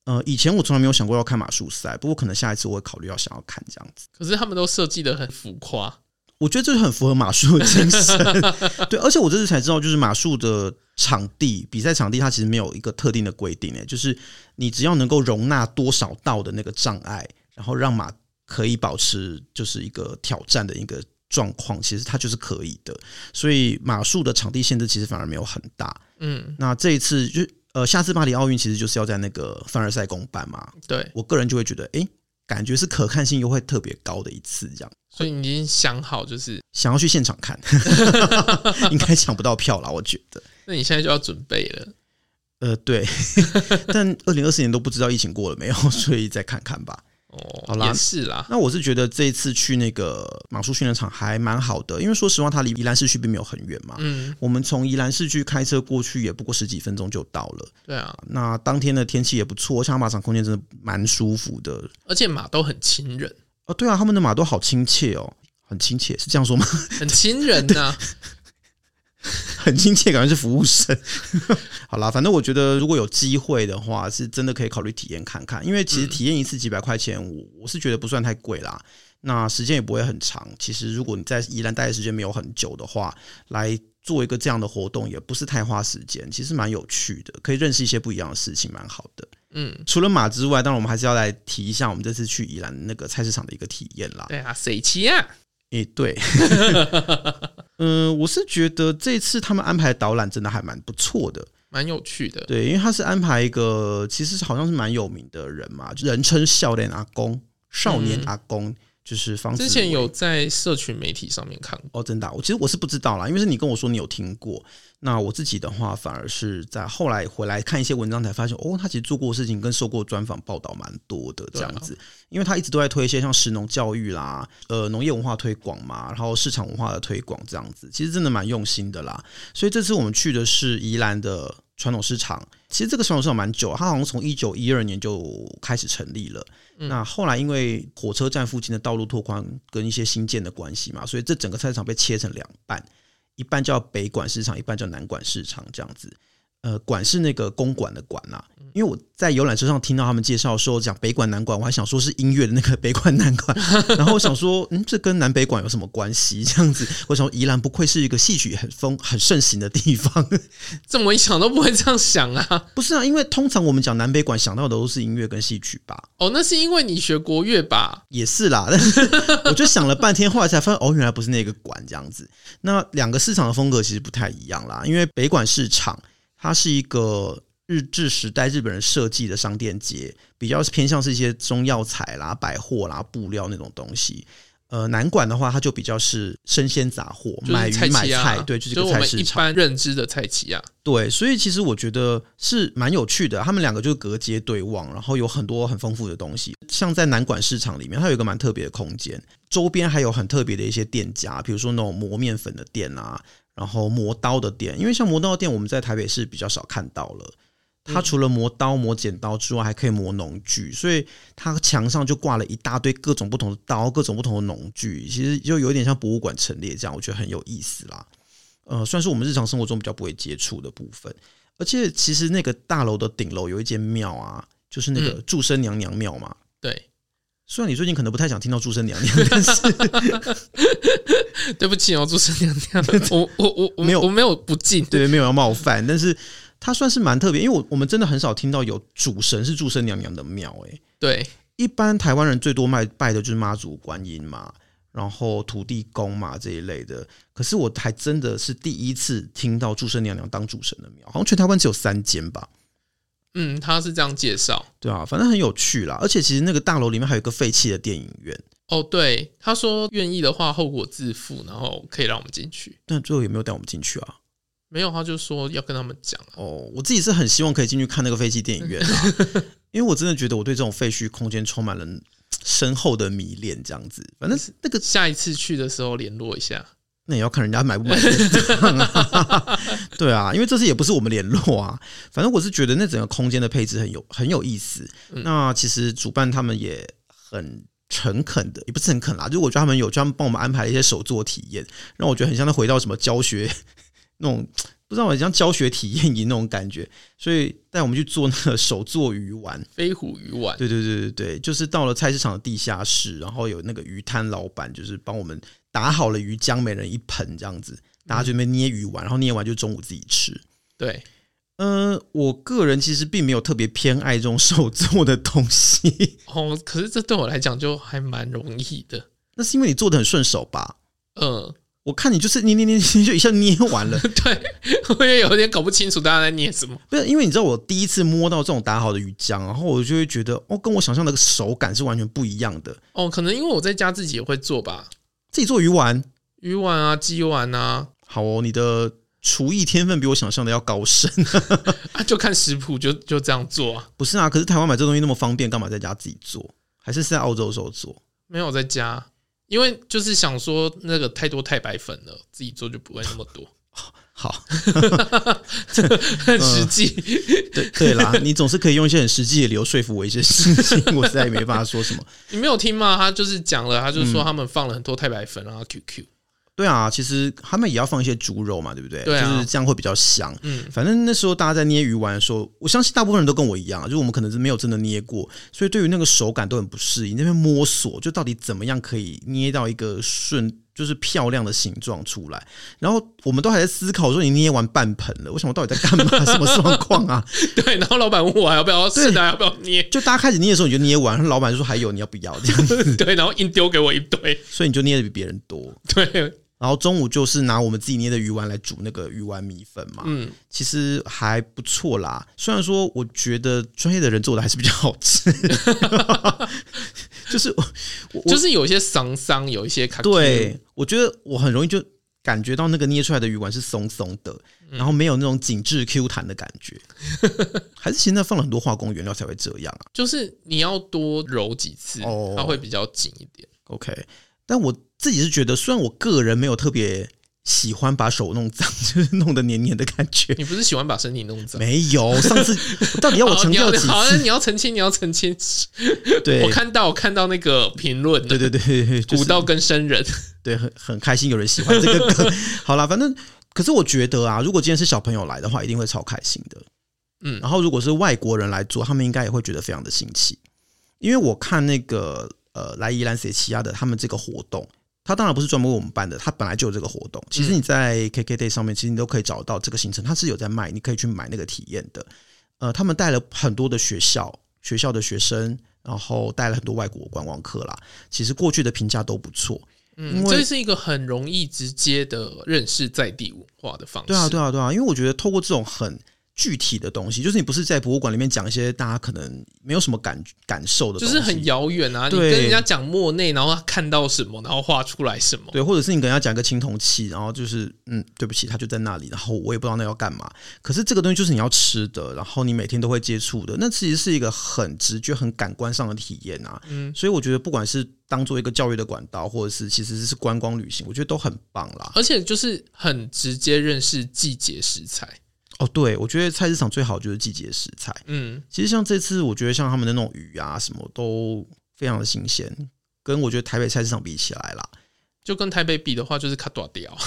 S2: 呃，以前我从来没有想过要看马术赛，不过可能下一次我会考虑要想要看这样子。
S1: 可是他们都设计的很浮夸。
S2: 我觉得这很符合马术的精神， 对。而且我这次才知道，就是马术的场地、比赛场地，它其实没有一个特定的规定诶，就是你只要能够容纳多少道的那个障碍，然后让马可以保持就是一个挑战的一个状况，其实它就是可以的。所以马术的场地限制其实反而没有很大。
S1: 嗯，
S2: 那这一次就呃，下次巴黎奥运其实就是要在那个凡尔赛宫办嘛，
S1: 对，
S2: 我个人就会觉得，诶，感觉是可看性又会特别高的一次这样。
S1: 所以你已经想好，就是
S2: 想要去现场看， 应该抢不到票啦，我觉得。
S1: 那你现在就要准备了。
S2: 呃，对， 但二零二四年都不知道疫情过了没有， 所以再看看吧。
S1: 哦，
S2: 好啦
S1: 也是啦。
S2: 那我是觉得这一次去那个马术训练场还蛮好的，因为说实话，它离宜兰市区并没有很远嘛。
S1: 嗯，
S2: 我们从宜兰市区开车过去也不过十几分钟就到了。
S1: 对啊，
S2: 那当天的天气也不错，而且它马场空间真的蛮舒服的。
S1: 而且马都很亲 人，
S2: 哦，对啊，他们的马都好亲切哦，很亲切，是这样说吗？
S1: 很亲人呐、
S2: 很亲切，感觉是服务生。 好啦，反正我觉得如果有机会的话，是真的可以考虑体验看看，因为其实体验一次几百块钱，我我是觉得不算太贵啦。那时间也不会很长。其实如果你在宜兰待的时间没有很久的话，来做一个这样的活动也不是太花时间，其实蛮有趣的，可以认识一些不一样的事情，蛮好的。
S1: 嗯，
S2: 除了马之外，当然我们还是要来提一下我们这次去宜兰那个菜市场的一个体验啦。
S1: 对啊，谁骑啊？
S2: 诶、 对，嗯、我是觉得这次他们安排的导览真的还蛮不错的，
S1: 蛮有趣的。
S2: 对，因为他是安排一个其实是好像是蛮有名的人嘛，就人称少年阿公、少年阿公，就是方子
S1: 嗯之
S2: 伟
S1: 前有在社群媒体上面看过，
S2: 哦，真的啊、我其实我是不知道啦，因为是你跟我说你有听过，那我自己的话反而是在后来回来看一些文章才发现，哦，他其实做过的事情跟受过专访报道蛮多的这
S1: 对啊
S2: 样子，因为他一直都在推一些像食农教育啦，呃，农业文化推广嘛，然后市场文化的推广这样子，其实真的蛮用心的啦。所以这次我们去的是宜兰的传统市场，其实这个传统市场蛮久，啊它好像从一九一二年就开始成立了。那后来因为火车站附近的道路拓宽跟一些新建的关系嘛，所以这整个菜市场被切成两半，一半叫北馆市场，一半叫南馆市场这样子。呃，馆是那个公馆的馆啦、因为我在游览车上听到他们介绍说讲北馆南馆，我还想说是音乐的那个北馆南馆，然后我想说，嗯，这跟南北馆有什么关系？这样子，我想说宜兰不愧是一个戏曲很风很盛行的地方，
S1: 怎么一想都不会这样想啊。
S2: 不是啊？因为通常我们讲南北馆想到的都是音乐跟戏曲吧，
S1: 哦，那是因为你学国乐吧？
S2: 也是啦，但是我就想了半天，后来才发现哦，原来不是那个馆这样子。那两个市场的风格其实不太一样啦，因为北馆市场它是一个日治时代日本人设计的商店街，比较偏向是一些中药材啦、百货啦、布料那种东西。呃，南馆的话，它就比较是生鲜杂货，
S1: 就
S2: 买
S1: 是
S2: 鱼买
S1: 旗
S2: 菜
S1: 啊，，
S2: 对，就是一
S1: 我
S2: 个菜
S1: 们
S2: 市
S1: 一
S2: 场。
S1: 般认知的菜旗啊。
S2: 对，所以其实我觉得是蛮有趣的。他们两个就是隔街对望，然后有很多很丰富的东西。像在南馆市场里面，它有一个蛮特别的空间，周边还有很特别的一些店家，比如说那种磨面粉的店啊，然后磨刀的店。因为像磨刀的店，我们在台北市比较少看到了。它除了磨刀、磨剪刀之外，还可以磨农具，所以它墙上就挂了一大堆各种不同的刀、各种不同的农具，其实就有点像博物馆陈列这样，我觉得很有意思啦。呃，算是我们日常生活中比较不会接触的部分。而且其实那个大楼的顶楼有一间庙啊，就是那个祝生娘娘庙嘛。
S1: 对，
S2: 虽然你最近可能不太想听到祝生娘娘，但是
S1: 对不起哦，祝生娘 娘，我我我我
S2: 没有
S1: 我没有不敬，
S2: 对没有要冒犯，但是它算是蛮特别，因为我我们真的很少听到有主神是祝生娘娘的庙、欸，
S1: 对
S2: 一般台湾人最多拜拜的就是妈祖、观音嘛，然后土地公嘛这一类的。可是我还真的是第一次听到祝生娘娘当主神的庙，好像全台湾只有三间吧。
S1: 嗯，他是这样介绍。
S2: 对啊，反正很有趣啦。而且其实那个大楼里面还有一个废弃的电影院，
S1: 哦，对，他说愿意的话，后果自负，然后可以让我们进去。
S2: 但最后也没有带我们进去啊。
S1: 没有，他就说要跟他们讲啊。
S2: 哦，我自己是很希望可以进去看那个废弃电影院啊，因为我真的觉得我对这种废墟空间充满了深厚的迷恋。这样子，反正是那个
S1: 下一次去的时候联络一下。
S2: 那也要看人家买不买账啊。 对啊，因为这次也不是我们联络啊。反正我是觉得那整个空间的配置很有很有意思。那其实主办他们也很。诚恳的，也不是很恳啦，就我觉得他们有专门帮我们安排了一些手作体验，让我觉得很像在回到什么教学那种，不知道很像教学体验营那种感觉，所以带我们去做那个手作鱼丸，
S1: 飞虎鱼丸，
S2: 对对对对对，就是到了菜市场的地下室，然后有那个鱼摊老板，就是帮我们打好了鱼浆，每人一盆这样子，大家就在那边捏鱼丸，然后捏完就中午自己吃。
S1: 对，
S2: 嗯，我个人其实并没有特别偏爱这种手做的东西，
S1: 哦，可是这对我来讲就还蛮容易的。
S2: 那是因为你做的很顺手吧？
S1: 嗯，
S2: 我看你就是捏捏捏，捏就一下捏完了。
S1: 我也有点搞不清楚大家在念什么。
S2: 不是因为你知道，我第一次摸到这种打好的鱼浆，然后我就会觉得，哦，跟我想象的手感是完全不一样的。
S1: 哦，可能因为我在家自己也会做吧，
S2: 自己做鱼丸，
S1: 鱼丸啊、鸡丸啊，
S2: 好哦，你的厨艺天分比我想象的要高深。
S1: 啊，就看食谱就就这样做啊。
S2: 不是啊，可是台湾买这东西那么方便，干嘛在家自己做？还是是在澳洲的时候做？
S1: 没有在家，因为就是想说那个太多太白粉了，自己做就不会那么 多，
S2: 好，嗯
S1: 很 实际。
S2: 对 对啦，你总是可以用一些很实际的理由说服我一些事情，我实在也没办法说什么。
S1: 你没有听吗？他就是讲了，他就
S2: 嗯
S1: 说他们放了很多太白粉啊、QQ。
S2: 对啊，其实他们也要放一些猪肉嘛，对不对？
S1: 对啊
S2: 就是这样会比较香。
S1: 嗯，
S2: 反正那时候大家在捏鱼丸的时候，我相信大部分人都跟我一样，啊就是我们可能是没有真的捏过，所以对于那个手感都很不适应。那边摸索，就到底怎么样可以捏到一个顺，就是漂亮的形状出来。然后我们都还在思考说，你捏完半盆了，我想我到底在干嘛？什么状况啊？
S1: 对。然后老板问我还要不要，是的，还要不要捏？
S2: 就大家开始捏的时候，你就捏完，老板就说还有你要 不要这样，
S1: 对，然后硬丢给我一堆，
S2: 所以你就捏的比别人多。
S1: 对，
S2: 然后中午就是拿我们自己捏的鱼丸来煮那个鱼丸米粉嘛，
S1: 嗯，
S2: 其实还不错啦。虽然说我觉得专业的人做的还是比较好吃， 就是我我我
S1: 就是有一些桑桑，有一些卡。
S2: 对，我觉得我很容易就感觉到那个捏出来的鱼丸是松松的，
S1: 嗯
S2: 然后没有那种紧致 Q 弹的感 觉，还是其实那放了很多化工原料才会这样啊。
S1: 就是你要多揉几次，
S2: 哦
S1: 它会比较紧一点。
S2: OK，但我自己是觉得，虽然我个人没有特别喜欢把手弄脏， 就是弄得黏黏的感觉。
S1: 你不是喜欢把身体弄脏？
S2: 没有，上次我到底要我
S1: 好
S2: 强
S1: 你
S2: 调
S1: 要
S2: 几
S1: 好，那
S2: 次？
S1: 你要澄清，你要澄清。
S2: 对
S1: 我，看到，我看到那个评论了，
S2: 对对对对，对就
S1: 古
S2: 是
S1: 道跟生人，
S2: 对，很很开心有人喜欢这个歌。好啦，反正可是我觉得啊，如果今天是小朋友来的话，一定会超开心的。
S1: 嗯
S2: 然后如果是外国人来做，他们应该也会觉得非常的新奇，因为我看那个呃来宜兰塞奇亚的他们这个活动。他当然不是专门为我们办的，他本来就有这个活动。其实你在 KKday 上面，其实你都可以找到这个行程，它是有在卖，你可以去买那个体验的。呃，他们带了很多的学校，学校的学生，然后带了很多外国观光客啦。其实过去的评价都不错，因
S1: 嗯，
S2: 为
S1: 这是一个很容易直接的认识在地文化的方式。
S2: 对啊，对啊，对啊，因为我觉得透过这种很具体的东西，就是你不是在博物馆里面讲一些大家可能没有什么感感受的
S1: 就
S2: 东西，
S1: 是很遥远啊！你
S2: 对
S1: 跟人家讲莫内，然后他看到什么，然后画出来什么。
S2: 对，或者是你可能要讲一个青铜器，然后就是嗯，对不起，它就在那里，然后我也不知道那要干嘛。可是这个东西就是你要吃的，然后你每天都会接触的，那其实是一个很直觉、很感官上的体验啊。
S1: 嗯，
S2: 所以我觉得不管是当做一个教育的管道，或者是其实是观光旅行，我觉得都很棒啦。
S1: 而且就是很直接认识季节食材。
S2: 哦，对，我觉得菜市场最好就是季节食材。
S1: 嗯，
S2: 其实像这次，我觉得像他们的那种鱼啊，什么都非常的新鲜，跟我觉得台北菜市场比起来啦，
S1: 就跟台北比的话，就是卡多雕，
S2: 啊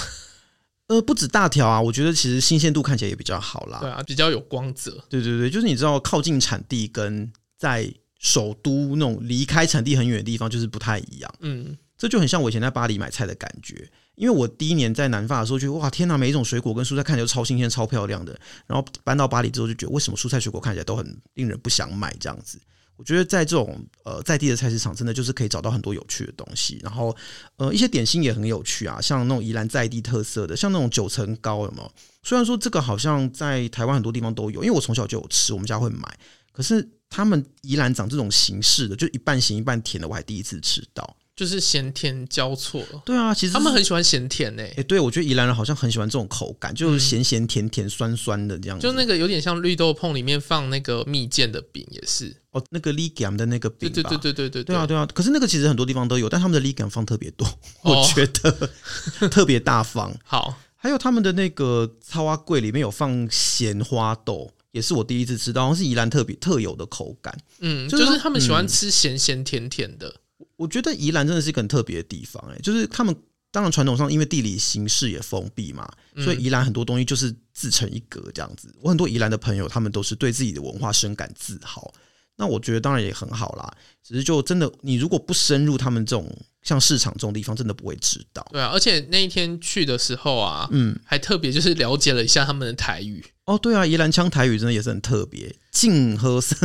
S2: 呃，不止大条啊，我觉得其实新鲜度看起来也比较好啦。
S1: 对啊，比较有光泽。
S2: 对对对，就是你知道靠近产地跟在首都那种离开产地很远的地方就是不太一样。
S1: 嗯，
S2: 这就很像我以前在巴黎买菜的感觉。因为我第一年在南法的时候，觉得哇天哪，每一种水果跟蔬菜看起来都超新鲜、超漂亮的。然后搬到巴黎之后，就觉得为什么蔬菜水果看起来都很令人不想买这样子。我觉得在这种呃在地的菜市场，真的就是可以找到很多有趣的东西。然后呃一些点心也很有趣啊，像那种宜兰在地特色的，像那种九层糕，有没有？虽然说这个好像在台湾很多地方都有，因为我从小就有吃，我们家会买。可是他们宜兰长这种形式的，就一半咸一半甜的，我还第一次吃到。
S1: 就是咸甜交错，
S2: 对啊，其实
S1: 他们
S2: 是
S1: 很喜欢咸甜诶、
S2: 哎、对我觉得宜兰人好像很喜欢这种口感，就是咸咸甜甜、酸酸的这样子。
S1: 嗯就那个有点像绿豆椪里面放那个蜜饯的饼也是，
S2: 哦，那个 ligam 的那个饼
S1: 对
S2: 吧，
S1: 对对对对对
S2: 对啊，对啊。可是那个其实很多地方都有，但他们的 ligam 放特别多，
S1: 哦
S2: 我觉得 特别大方。
S1: 好，
S2: 还有他们的那个超阿柜里面有放咸花豆，也是我第一次吃到，好像是宜兰特别特有的口感。
S1: 嗯，就
S2: 就是
S1: 是他们喜欢吃咸咸甜甜的，
S2: 我觉得宜兰真的是一个很特别的地方、哎，就是他们当然传统上因为地理形势也封闭嘛，所以宜兰很多东西就是自成一格这样子。我很多宜兰的朋友，他们都是对自己的文化深感自豪。那我觉得当然也很好啦，只是就真的你如果不深入他们这种像市场这种地方，真的不会知道。
S1: 对啊，而且那一天去的时候啊，
S2: 嗯，
S1: 还特别就是了解了一下他们的台语，
S2: 哦，对啊，宜兰腔台语真的也是很特别，静喝三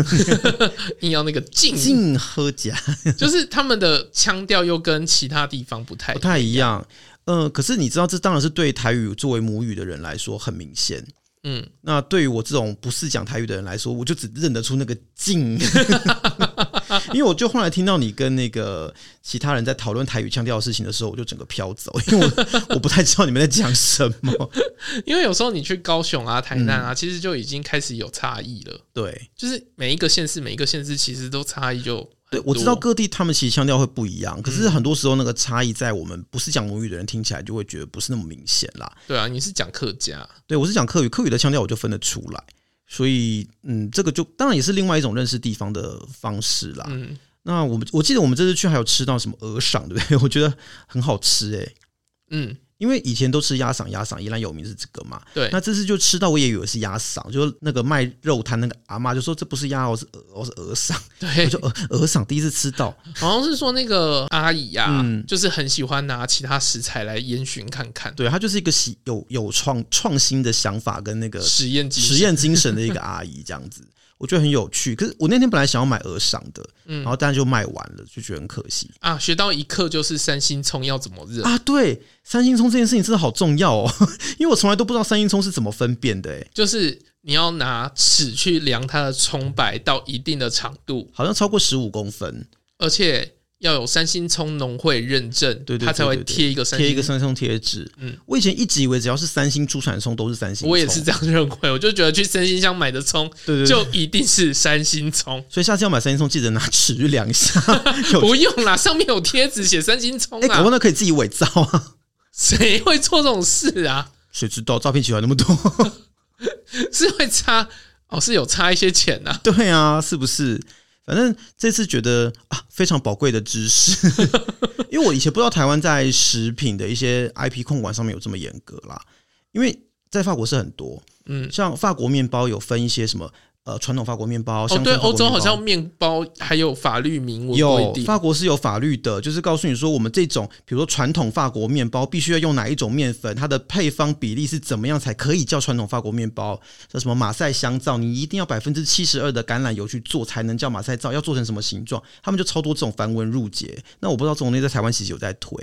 S1: 硬要那个劲，
S2: 静喝假
S1: 就是他们的腔调又跟其他地方不太
S2: 不太一样。嗯，可是你知道，这当然是对台语作为母语的人来说很明显，
S1: 嗯，
S2: 那对于我这种不是讲台语的人来说，我就只认得出那个“静”， 因为我就后来听到你跟那个其他人在讨论台语腔调的事情的时候，我就整个飘走，因为我我不太知道你们在讲什么。
S1: 因为有时候你去高雄啊、台南啊，
S2: 嗯
S1: 其实就已经开始有差异了，
S2: 对
S1: 就是每一个县市、每一个县市其实都差异就很
S2: 对
S1: 多，嗯
S2: 我知道各地他们其实腔调会不一样，可是很多时候那个差异在我们不是讲母语的人听起来就会觉得不是那么明显啦。
S1: 对啊，你是讲客家，
S2: 对我是讲客语，客语的腔调我就分得出来，所以嗯，这个就当然也是另外一种认识地方的方式啦。
S1: 嗯，
S2: 那我们我记得我们这次去还有吃到什么鹅赏，对不 对？我觉得很好吃诶、
S1: 嗯，
S2: 因为以前都吃鸭赏，鸭赏依然有名是这个嘛。
S1: 对
S2: 那这次就吃到我也以为是鸭赏，就是那个卖肉摊那个阿妈就说这不是鸭哦，是鹅哦，是鹅赏。
S1: 对
S2: 我，就鹅鹅赏第一次吃到，
S1: 好像是说那个阿姨呀、
S2: 嗯
S1: 就是很喜欢拿其他食材来烟熏看看，
S2: 对，她就是一个喜有有创创新的想法跟那个
S1: 实验精神
S2: 实验精神的一个阿姨这样子。 我觉得很有趣，可是我那天本来想要买鹅赏的，
S1: 嗯
S2: 然后但就卖完了，就觉得很可惜
S1: 啊，学到一课就是三星葱要怎么热，
S2: 啊。对，三星葱这件事情真的好重要哦， 因为我从来都不知道三星葱是怎么分辨的，哎，
S1: 就是你要拿尺去量它的葱白到一定的长度，
S2: 好像超过十五公分，
S1: 而且要有三星葱农会认证，
S2: 对对对
S1: 它才会
S2: 对对
S1: 贴一个三
S2: 贴一
S1: 星
S2: 个。三星葱贴纸。
S1: 嗯
S2: 嗯，我以前一直以为只要是三星出产的葱都是三星葱，
S1: 我也是这样认为，我就觉得去三星乡买的葱
S2: 对对对。
S1: 就一定是三星葱，
S2: 所以下次要买三星葱，记得拿尺去量 一下。有
S1: 不用啦，上面有贴纸写三星葱
S2: 哎，搞
S1: 啊
S2: 不好，那可以自己伪造啊，
S1: 谁会做这种事啊？
S2: 谁知道照片取来那么多？
S1: 是会差哦，是有差一些钱呐、
S2: 对啊，是不是？反正这次觉得啊，非常宝贵的知识， 因为我以前不知道台湾在食品的一些 IP 控管上面有这么严格啦。因为在法国是很多，
S1: 嗯，
S2: 像法国面包有分一些什么呃传统法国面包，
S1: 哦，
S2: 乡
S1: 对，
S2: 村法国
S1: 欧洲
S2: 面
S1: 好
S2: 包
S1: 像面包还有法律明文规
S2: 有
S1: 定，
S2: 法国是有法律的，就是告诉你说，我们这种比如说传统法国面包必须要用哪一种面粉，它的配方比例是怎么样才可以叫传统法国面包？叫什么马赛香皂，你一定要百分之七十二的橄榄油去做才能叫马赛皂，要做成什么形状？他们就超多这种繁文缛节。那我不知道这种东西在台湾其实有在推，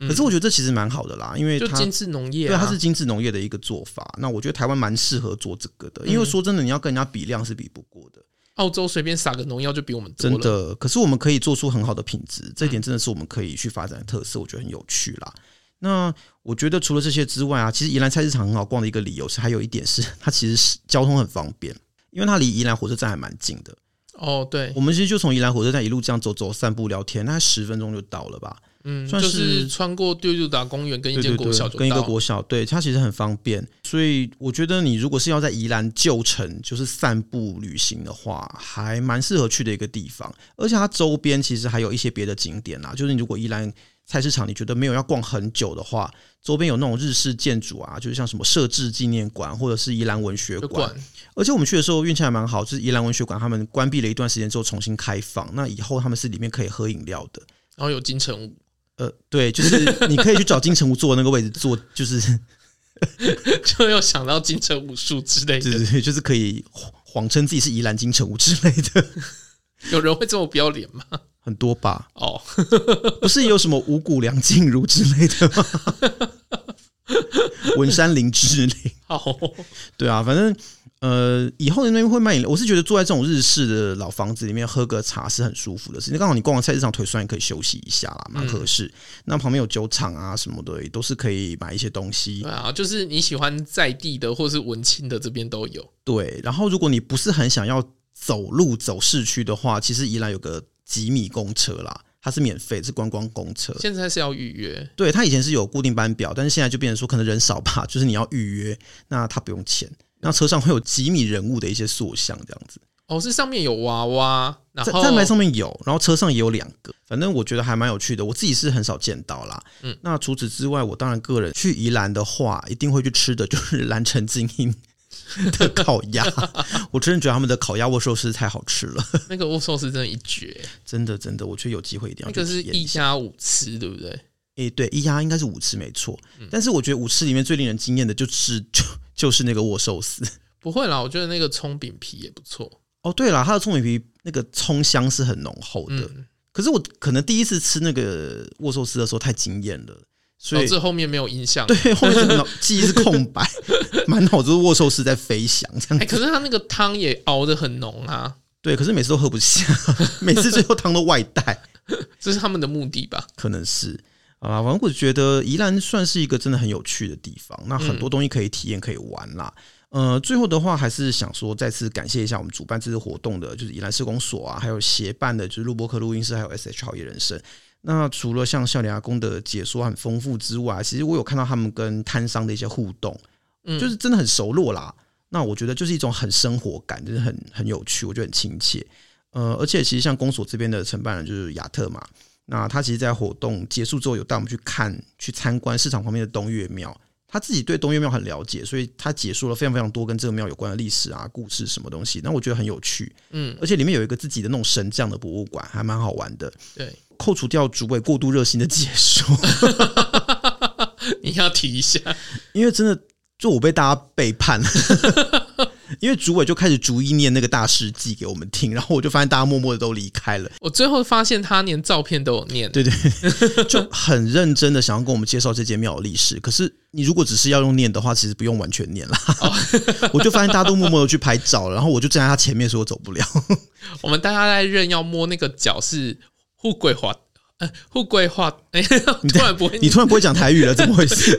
S2: 可是我觉得这其实蛮好的啦，因为
S1: 就
S2: 它
S1: 精致农业、啊，
S2: 嗯对，它是精致农业的一个做法。那我觉得台湾蛮适合做这个的，因为说真的，你要跟人家比量是比不过的。
S1: 澳洲随便撒个农药就比我们多
S2: 真
S1: 了，嗯
S2: 的，可是我们可以做出很好的品质，这一点真的是我们可以去发展的特色，我觉得很有趣啦。那我觉得除了这些之外啊，其实宜兰菜市场很好逛的一个理由是，还有一点是 它其实是交通很方便，因为它离宜兰火车站还蛮近的。
S1: 哦，对，
S2: 我们其实就从宜兰火车站一路这样走走散步聊天，大概十分钟就到了吧。
S1: 嗯，
S2: 算
S1: 就是穿过丢丢达公园跟一
S2: 对
S1: 间
S2: 对
S1: 国小
S2: 对，
S1: 就
S2: 跟一
S1: 到
S2: 个
S1: 了，
S2: 国小，对它其实很方便。所以我觉得你如果是要在宜兰旧城就是散步旅行的话，啊还蛮适合去的一个地方。而且它周边其实还有一些别的景点啦，就是你如果宜兰菜市场，你觉得没有要逛很久的话，周边有那种日式建筑啊，就是像什么设置纪念馆或者是宜兰文学
S1: 就
S2: 馆
S1: 管，
S2: 而且我们去的时候运气还蛮好，就是宜兰文学馆他们关闭了一段时间之后重新开放，那以后他们是里面可以喝饮料的。
S1: 然后有金城武，
S2: 呃，对，就是你可以去找金城武坐的那个位置坐，就是
S1: 就又想到金城武术之类
S2: 对
S1: 的。
S2: 对对，就是 可以谎谎称自己是宜兰金城武之类的，
S1: 有人会这么不要脸吗？
S2: 很多吧？
S1: 哦，
S2: 不是有什么五谷梁静茹之类的吗？ 文山林志玲，
S1: 好 哦，
S2: 对啊，反正呃，以后那边会卖饮料，我是觉得坐在这种日式的老房子里面喝个茶是很舒服的事情。刚好你逛完菜市场，腿酸也可以休息一下啦，蛮合适。那旁边有酒厂啊什么的，也都是可以买一些东西
S1: 对。啊，就是你喜欢在地的或是文青的，这边都有。
S2: 对，然后如果你不是很想要走路走市区的话，其实宜兰有个几米公车啦，它是免费，是观光公车。
S1: 现在是要预约，
S2: 对，它以前是有固定班表，但是现在就变成说可能人少吧， 就是你要预约，那它不用钱。那车上会有几米人物的一些塑像这样子，
S1: 哦，是上面有娃娃，然
S2: 在
S1: 后
S2: 站牌上面有，然后车上也有两个，反正我觉得还蛮有趣的。我自己是很少见到啦。
S1: 嗯，
S2: 那除此之外，我当然个人去宜兰的话，一定会去吃的就是蓝城精英 的烤鸭。 我真的觉得他们的烤鸭握寿司太好吃了，
S1: 那个握寿司真的一绝，
S2: 真的真的，我觉得有机会一定要
S1: 那
S2: 去
S1: 个
S2: 体
S1: 是
S2: 验
S1: 一
S2: 一下。
S1: 家五吃，对不对？
S2: 诶、对，一鸭应该是五吃没错，
S1: 嗯
S2: 但是我觉得五吃里面最令人惊艳的就是就就是那个握寿司。
S1: 不会啦，我觉得那个葱饼皮也不错。
S2: 哦，对了，它的葱饼皮那个葱香是很浓厚的，
S1: 嗯，
S2: 可是我可能第一次吃那个握寿司的时候太惊艳了，所
S1: 导
S2: 以
S1: 致后面没有印象。
S2: 对，后面是脑记忆是空白， 满脑子都握寿司在飞翔这
S1: 哎、
S2: 样。
S1: 可是它那个汤也熬得很浓啊，
S2: 对，可是每次都喝不下， 每次最后汤都外带，
S1: 这是他们的目的吧？
S2: 可能是啊。反正我觉得宜兰算是一个真的很有趣的地方，那很多东西可以体验，可以玩啦。呃，最后的话还是想说，再次感谢一下我们主办这次活动的，就是宜兰施工所啊，还有协办的，就是录播课录音室，还有 SH 好野人生。那除了像笑脸阿公的解说很丰富之外，其实我有看到他们跟摊商的一些互动，
S1: 嗯
S2: 就是真的很熟络啦。那我觉得就是一种很生活感，就是很很有趣，我觉得很亲切。呃，而且其实像公所这边的承办人就是亚特嘛，那他其实，在活动结束之后，有带我们去看、去参观市场旁边的东岳庙。他自己对东岳庙很了解，所以他解说了非常非常多跟这个庙有关的历史啊、故事什么东西。那我觉得很有趣，
S1: 嗯，
S2: 而且里面有一个自己的那种神将的博物馆，还蛮好玩的。
S1: 对，
S2: 扣除掉主委过度热心的解说，
S1: 你要提一下。
S2: 因为真的就我被大家背叛了。 因为主委就开始逐一念那个大事记给我们听，然后我就发现大家默默的都离开了，
S1: 我最后发现他连照片都有念，
S2: 对就很认真的想要跟我们介绍这间庙的历史。可是你如果只是要用念的话，其实不用完全念啦。 我就发现大家都默默的去拍照了，然后我就站在他前面，所以我走不了。
S1: 我们大家在认要摸那个脚是互鬼滑，呃，互鬼滑， 哎、突然不会
S2: 你突然不会讲台语了，怎么回事？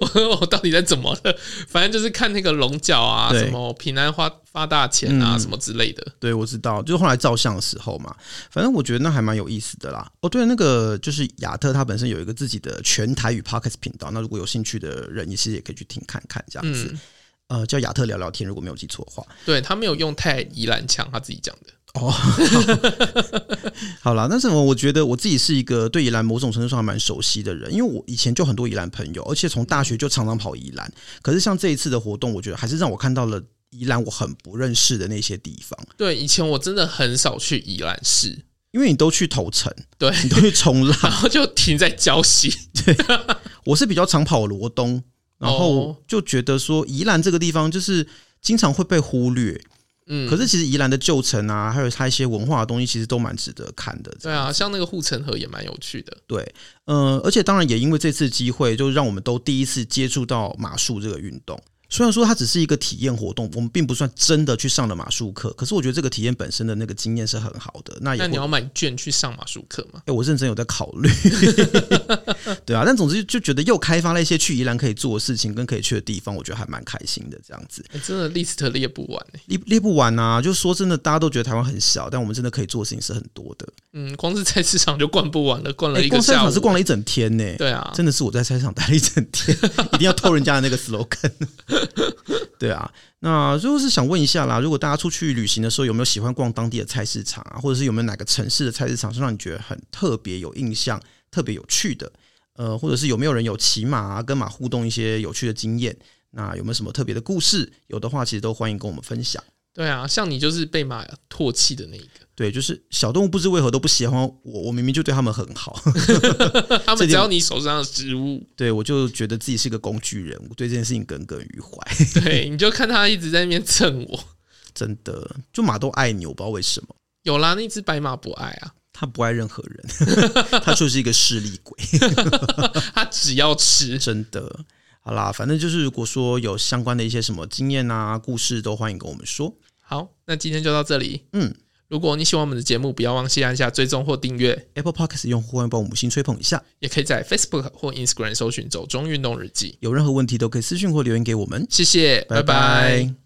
S1: 我我到底在怎么了？反正就是看那个龙角啊，
S2: 对
S1: 什么平安花发大钱啊，
S2: 嗯
S1: 什么之类的。
S2: 对，我知道，就是后来照相的时候嘛，反正我觉得那还蛮有意思的啦。哦，对，那个就是亚特他本身有一个自己的全台语 podcast 频道，那如果有兴趣的人，其实也可以去听看看这样子。
S1: 嗯，
S2: 呃，叫亚特聊聊天，如果没有记错的话。
S1: 对他没有用太宜兰腔，他自己讲的。
S2: 哦，好啦，但是我我觉得我自己是一个对宜兰某种程度上还蛮熟悉的人，因为我以前就很多宜兰朋友，而且从大学就常常跑宜兰。可是像这一次的活动，我觉得还是让我看到了宜兰我很不认识的那些地方，
S1: 对，以前我真的很少去宜兰市，
S2: 因为你都去头城，
S1: 对，
S2: 你都去冲浪，
S1: 然后就停在礁溪。
S2: 我是比较常跑罗东，然后
S1: 哦
S2: 就觉得说宜兰这个地方就是经常会被忽略，
S1: 嗯，
S2: 可是其实宜兰的旧城啊，还有它一些文化的东西，其实都蛮值得看的。
S1: 对啊，像那个护城河也蛮有趣的。
S2: 对，呃，而且当然也因为这次机会，就让我们都第一次接触到马术这个运动。虽然说它只是一个体验活动，我们并不算真的去上了马术课，可是我觉得这个体验本身的那个经验是很好的。那也
S1: 那你
S2: 会
S1: 要买券去上马术课吗？
S2: 哎、我认真有在考 虑，对啊，但总之就觉得又开发了一些去宜兰可以做的事情跟可以去的地方，我觉得还蛮开心的。这样子
S1: 哎真的 list 列不完、欸、
S2: 列列不完啊，就说真的，大家都觉得台湾很小，但我们真的可以做的事情是很多的。
S1: 嗯，光是菜市场就逛不完了，逛了
S2: 哎、
S1: 一个
S2: 逛菜
S1: 下午。
S2: 场是逛了一整天呢、
S1: 对啊，
S2: 真的是我在菜市场待了一整天，一定要偷人家的那个 slogan。对啊，那就是想问一下啦，如果大家出去旅行的时候，有没有喜欢逛当地的菜市场啊，或者是有没有哪个城市的菜市场是让你觉得很特别有印象，特别有趣的？呃，或者是有没有人有骑马、啊、跟马互动一些有趣的经验？那有没有什么特别的故事？有的话，其实都欢迎跟我们分享。
S1: 对啊，像你就是被马唾弃的那一个，
S2: 对，就是小动物不知为何都不喜欢我，我明明就对它们很好，
S1: 他们嚼你手上的食物，
S2: 对我就觉得自己是个工具人，我对这件事情耿耿于怀。
S1: 对，你就看它一直在那边蹭我。
S2: 真的，就马都爱你，我不知道为什么，
S1: 有啦，那只白马不爱啊，
S2: 它不爱任何人， 它就是一个势利鬼，
S1: 它只要吃。
S2: 真的。好啦，反正就是如果说有相关的一些什么经验啊、故事，都欢迎跟我们说。
S1: 好，那今天就到这里。
S2: 嗯
S1: 如果你喜欢我们的节目，不要忘记按下追踪或订阅，
S2: ，Apple Podcast 用户欢迎帮我们五星吹捧一下，
S1: 也可以在 Facebook 或 Instagram 搜寻“走中运动日记
S2: 有任何问题都可以私信或留言给我们”。。
S1: 谢谢，拜拜
S2: 拜拜